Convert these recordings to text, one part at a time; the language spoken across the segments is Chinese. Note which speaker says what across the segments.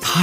Speaker 1: 他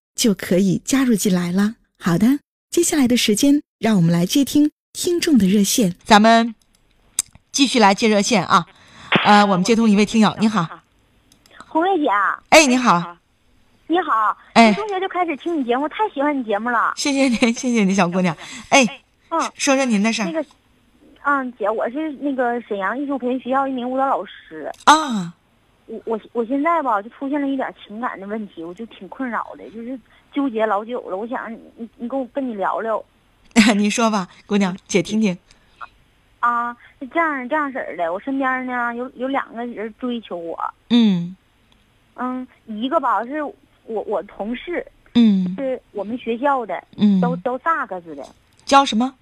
Speaker 2: 就可以加入进来了。好的，接下来的时间，让我们来接听听众的热线。
Speaker 3: 咱们继续来接热线啊。呃，我们接通一位听友，你好，
Speaker 4: 红瑞姐啊，
Speaker 3: 哎，你好，
Speaker 4: 你好，
Speaker 3: 哎
Speaker 4: 从中学就开始听你节目，太喜欢你节目了。
Speaker 3: 谢谢您，谢谢您，小姑娘，哎，
Speaker 4: 嗯，
Speaker 3: 说说您的事
Speaker 4: 那
Speaker 3: 儿
Speaker 4: 个，嗯，姐，我是那个沈阳艺术培训学校一名舞蹈老师。
Speaker 3: 啊，
Speaker 4: 我我我现在吧，就出现了一点情感的问题，我就挺困扰的，就是纠结老久了。我想让你你你跟我跟你聊聊
Speaker 3: 你说吧，姑娘，姐听听，
Speaker 4: 啊，是这样这样式儿的。我身边呢有有两个人追求我，
Speaker 3: 嗯
Speaker 4: 嗯，一个吧是我我同事，
Speaker 3: 嗯
Speaker 4: 是我们学校的，都
Speaker 3: 嗯，
Speaker 4: 都萨克斯的，
Speaker 3: 教什么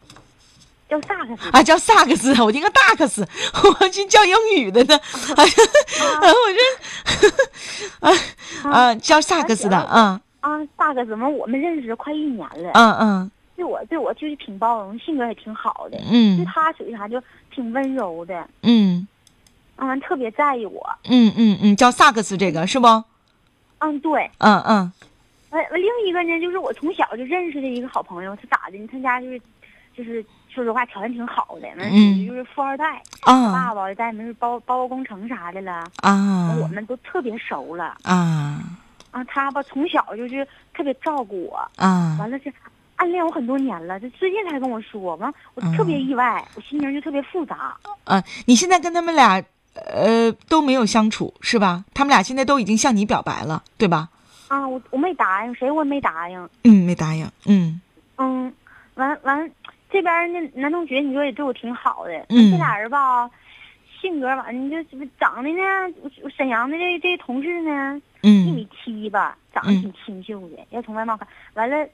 Speaker 4: 叫萨克斯的
Speaker 3: 啊？叫萨克斯，我听个大克斯， 我去教英语的呢，啊， 我 这，啊啊，教萨克斯的，嗯
Speaker 4: 啊，萨克斯嘛，我们认识快一年了，
Speaker 3: 嗯嗯
Speaker 4: 对我对我就是挺包容，性格也挺好的，对
Speaker 3: 嗯
Speaker 4: 他属于啥就挺温柔的，
Speaker 3: 嗯
Speaker 4: 嗯，特别在意我，
Speaker 3: 嗯嗯嗯，教萨克斯这个是不？
Speaker 4: 嗯，对。
Speaker 3: 嗯嗯
Speaker 4: 呃，另一个呢，就是我从小就认识的一个好朋友，他咋的？他家就是，就是说实话条件挺好的，那属于就是富二代，
Speaker 3: 嗯啊
Speaker 4: 爸爸在没事包包工程啥的了，
Speaker 3: 啊
Speaker 4: 我们都特别熟了
Speaker 3: 啊。
Speaker 4: 啊。他吧从小就是特别照顾我，
Speaker 3: 啊
Speaker 4: 完了是暗恋我很多年了，这最近才跟我说，完我
Speaker 3: 嗯
Speaker 4: 特别意外，我心情就特别复杂。
Speaker 3: 啊！你现在跟他们俩呃都没有相处是吧？他们俩现在都已经向你表白了，对吧？
Speaker 4: 啊，我我没答应，谁我也没答应。
Speaker 3: 嗯，没答应。嗯
Speaker 4: 嗯，完完，这边那男同学你说也对我挺好的，
Speaker 3: 嗯
Speaker 4: 这俩人吧，性格吧，你就长得呢，我我沈阳的这这同事呢，一
Speaker 3: 嗯
Speaker 4: 米七吧，长得挺清秀的，要从外貌看，完了。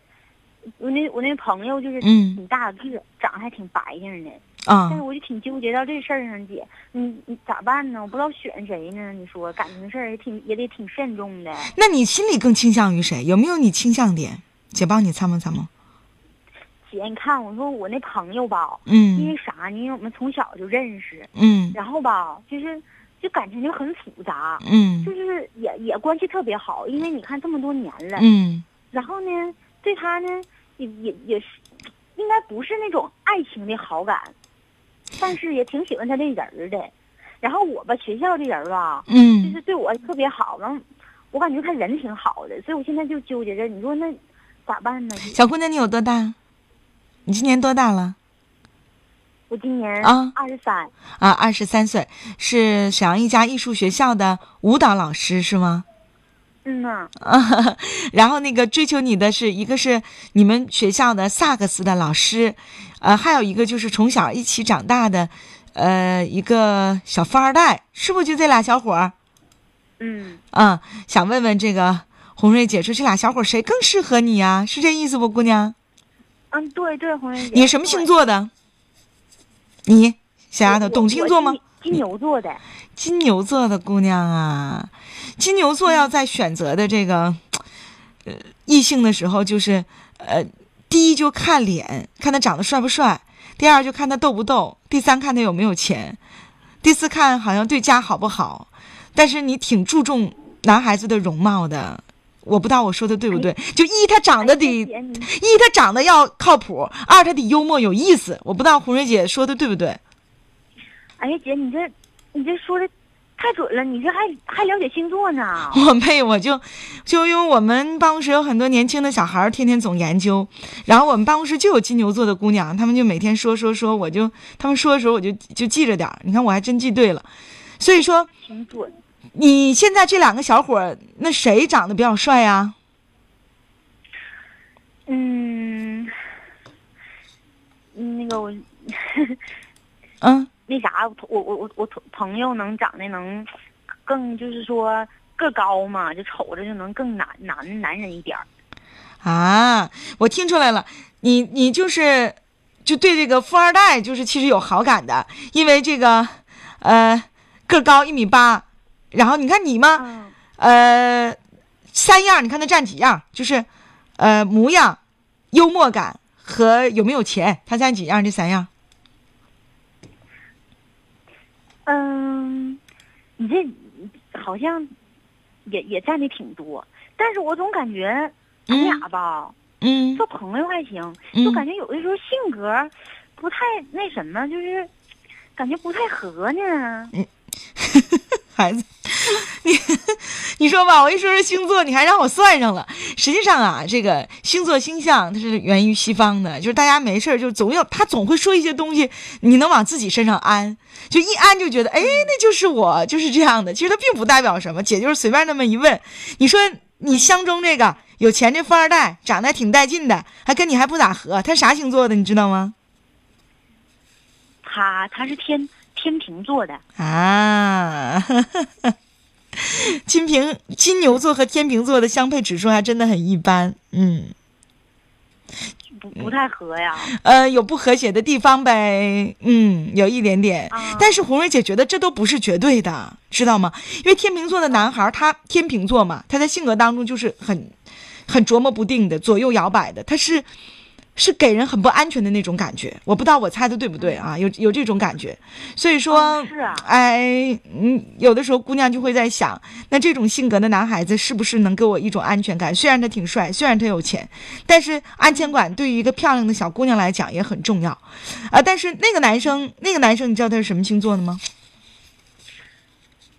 Speaker 4: 我那我那朋友就是
Speaker 3: 嗯
Speaker 4: 挺大个儿，长得还挺白净的，但
Speaker 3: 啊
Speaker 4: 是哎我就挺纠结到这事儿上，姐，你你咋办呢？我不知道选谁呢？你说感情事儿也挺也得挺慎重的。
Speaker 3: 那你心里更倾向于谁？有没有你倾向点？姐帮你参谋参谋。
Speaker 4: 姐，你看我说我那朋友吧，因
Speaker 3: 嗯
Speaker 4: 为啥呢？因为我们从小就认识，
Speaker 3: 嗯
Speaker 4: 然后吧，就是就感情就很复杂，
Speaker 3: 嗯
Speaker 4: 就是也也关系特别好，因为你看这么多年了，
Speaker 3: 嗯
Speaker 4: 然后呢，对他呢也也也是应该不是那种爱情的好感，但是也挺喜欢他这人儿的。然后我吧，学校这人儿吧，就
Speaker 3: 嗯
Speaker 4: 是对我特别好，完我感觉他人挺好的，所以我现在就纠结着，你说那咋办呢？
Speaker 3: 小姑娘，你有多大？你今年多大了？
Speaker 4: 我今年
Speaker 3: 啊
Speaker 4: 二十三，
Speaker 3: 啊，二十三岁，是沈阳一家艺术学校的舞蹈老师是吗？
Speaker 4: 嗯呐，
Speaker 3: 啊， 然后那个追求你的是一个是你们学校的萨克斯的老师，呃，还有一个就是从小一起长大的，呃，一个小富二代，是不是就这俩小伙儿？
Speaker 4: 嗯，
Speaker 3: 嗯，想问问这个红瑞姐，说这俩小伙儿谁更适合你呀、是这意思不，姑娘？
Speaker 4: 嗯，对对，红姐，
Speaker 3: 你什么星座的？你小丫头懂星座吗？嗯
Speaker 4: 我？我金金牛座的，
Speaker 3: 金牛座的姑娘啊，金牛座要在选择的这个呃异性的时候，就是呃，第一就看脸，看他长得帅不帅；第二就看他逗不逗；第三看他有没有钱；第四看好像对家好不好。但是你挺注重男孩子的容貌的，我不知道我说的对不对？就一他长得
Speaker 4: 哎
Speaker 3: 得
Speaker 4: 姐你
Speaker 3: 一他长得要靠谱，二他得幽默有意思。我不知道红瑞姐说的对不对？
Speaker 4: 哎呀姐，你这你这说的太准了，你这还还了解星 座呢？
Speaker 3: 我妹，我就就因为我们办公室有很多年轻的小孩儿，天天总研究，然后我们办公室就有金牛座的姑娘，她们就每天说说说，我就她们说的时候我就就记着点儿，你看我还真记对了。所以说，
Speaker 4: 挺准。
Speaker 3: 你现在这两个小伙儿，那谁长得比较帅啊呀、
Speaker 4: 嗯，嗯那个我，
Speaker 3: 嗯，
Speaker 4: 那啥，我我我我同朋友能长得能更就是说个高嘛，就瞅着就能更男男男人一点儿。
Speaker 3: 啊，我听出来了，你你就是就对这个富二代就是其实有好感的，因为这个呃个儿高一米八，然后你看你嘛，
Speaker 4: 嗯，
Speaker 3: 呃，三样你看他占几样？就是呃模样、幽默感和有没有钱，他占几样？这三样。
Speaker 4: 嗯，你这好像也也占的挺多，但是我总感觉俺
Speaker 3: 嗯
Speaker 4: 俩吧，
Speaker 3: 嗯
Speaker 4: 做朋友还行，
Speaker 3: 嗯
Speaker 4: 就感觉有的时候性格不太那什么，就是感觉不太合呢。
Speaker 3: 孩子，你你说吧，我一说是星座，你还让我算上了。实际上啊，这个星座星象它是源于西方的，就是大家没事儿就总有他总会说一些东西，你能往自己身上安，就一安就觉得哎，那就是我，就是这样的。其实它并不代表什么，姐就是随便那么一问。你说你相中这个有钱这富二代，长得还挺带劲的，还跟你还不咋合，他啥星座的你知道吗？
Speaker 4: 他他是天天平座的，
Speaker 3: 啊， 金平金牛座和天平座的相配指数还真的很一般，嗯，
Speaker 4: 不不太合呀。
Speaker 3: 呃，有不和谐的地方呗，嗯，有一点点。
Speaker 4: 啊
Speaker 3: 但是红瑞姐觉得这都不是绝对的，知道吗？因为天秤座的男孩儿，他天秤座嘛，他在性格当中就是很很琢磨不定的，左右摇摆的，他是是给人很不安全的那种感觉。我不知道我猜的对不对啊？有有这种感觉，所以说，
Speaker 4: 嗯嗯是啊
Speaker 3: 哎，嗯，有的时候姑娘就会在想，那这种性格的男孩子是不是能给我一种安全感？虽然他挺帅，虽然他有钱，但是安全感对于一个漂亮的小姑娘来讲也很重要，啊、但是那个男生，那个男生，你知道他是什么星座的吗？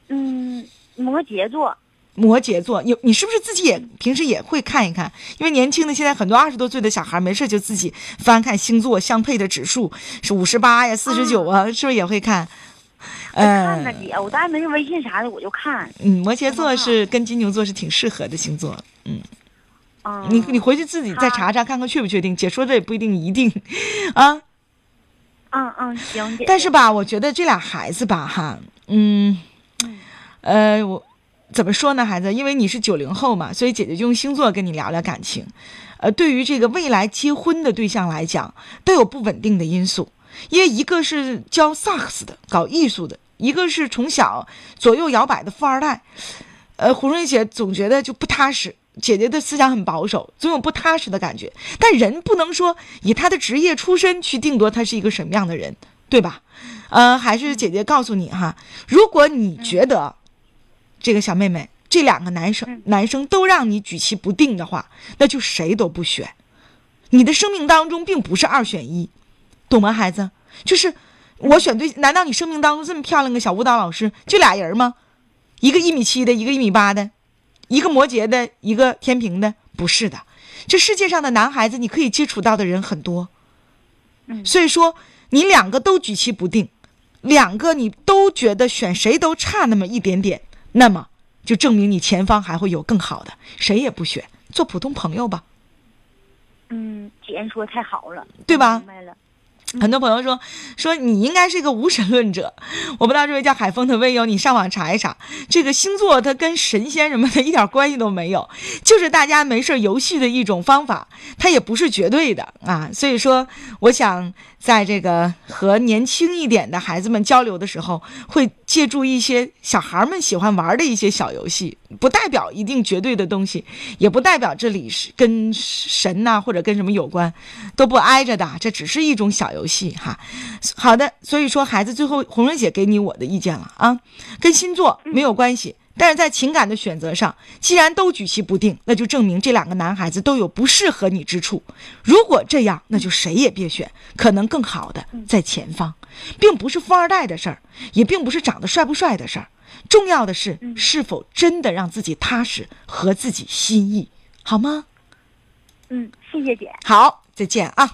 Speaker 4: 嗯，摩羯座，
Speaker 3: 摩羯座，有你是不是自己也平时也会看一看？因为年轻的现在很多二十多岁的小孩没事就自己翻看星座相配的指数，是五十八呀、四十九啊，是不是也会看？
Speaker 4: 我嗯看呢
Speaker 3: 呃，
Speaker 4: 姐，我当然没事微信啥的我就看。
Speaker 3: 嗯，摩羯
Speaker 4: 啊
Speaker 3: 座是跟金牛座是挺适合的星座。
Speaker 4: 嗯，
Speaker 3: 你你回去自己再查查看看确不确定，姐说的也不一定一定，啊。
Speaker 4: 嗯嗯行姐姐，
Speaker 3: 但是吧，我觉得这俩孩子吧，哈，嗯，呃，我怎么说呢，孩子，因为你是九零后嘛，所以姐姐就用星座跟你聊聊感情。呃，对于这个未来结婚的对象来讲，都有不稳定的因素，因为一个是教萨克斯的，搞艺术的，一个是从小左右摇摆的富二代。呃，胡瑞姐总觉得就不踏实。姐姐的思想很保守，总有不踏实的感觉。但人不能说以他的职业出身去定夺他是一个什么样的人，对吧？呃，还是姐姐告诉你哈，如果你觉得这个小妹妹这两个男生、
Speaker 4: 嗯
Speaker 3: 男生都让你举棋不定的话，那就谁都不选。你的生命当中并不是二选一，懂吗，孩子？就是我选对，难道你生命当中这么漂亮个小舞蹈老师就俩人吗？一个一米七的，一个一米八的，一个摩羯的，一个天平的，不是的。这世界上的男孩子，你可以接触到的人很多，
Speaker 4: 嗯
Speaker 3: 所以说你两个都举棋不定，两个你都觉得选谁都差那么一点点，那么就证明你前方还会有更好的，谁也不选，做普通朋友吧。
Speaker 4: 嗯，姐你说得太好了，
Speaker 3: 对吧
Speaker 4: 明白了，
Speaker 3: 很多朋友说说你应该是一个无神论者，我不知道这位叫海风的微友，你上网查一查，这个星座它跟神仙什么的一 点关系都没有，就是大家没事儿游戏的一种方法，它也不是绝对的啊。所以说，我想在这个和年轻一点的孩子们交流的时候，会借助一些小孩儿们喜欢玩的一些小游戏，不代表一定绝对的东西，也不代表这里是跟神呐、或者跟什么有关，都不挨着的，这只是一种小游戏哈。好的，所以说孩子最后红润姐给你我的意见了啊，跟星座没有关系，但是在情感的选择上，既然都举棋不定，那就证明这两个男孩子都有不适合你之处。如果这样，那就谁也别选，可能更好的在前方，并不是富二代的事儿，也并不是长得帅不帅的事儿，重要的是
Speaker 4: 嗯
Speaker 3: 是否真的让自己踏实，合自己心意，好吗？
Speaker 4: 嗯，谢谢姐。
Speaker 3: 好，再见啊。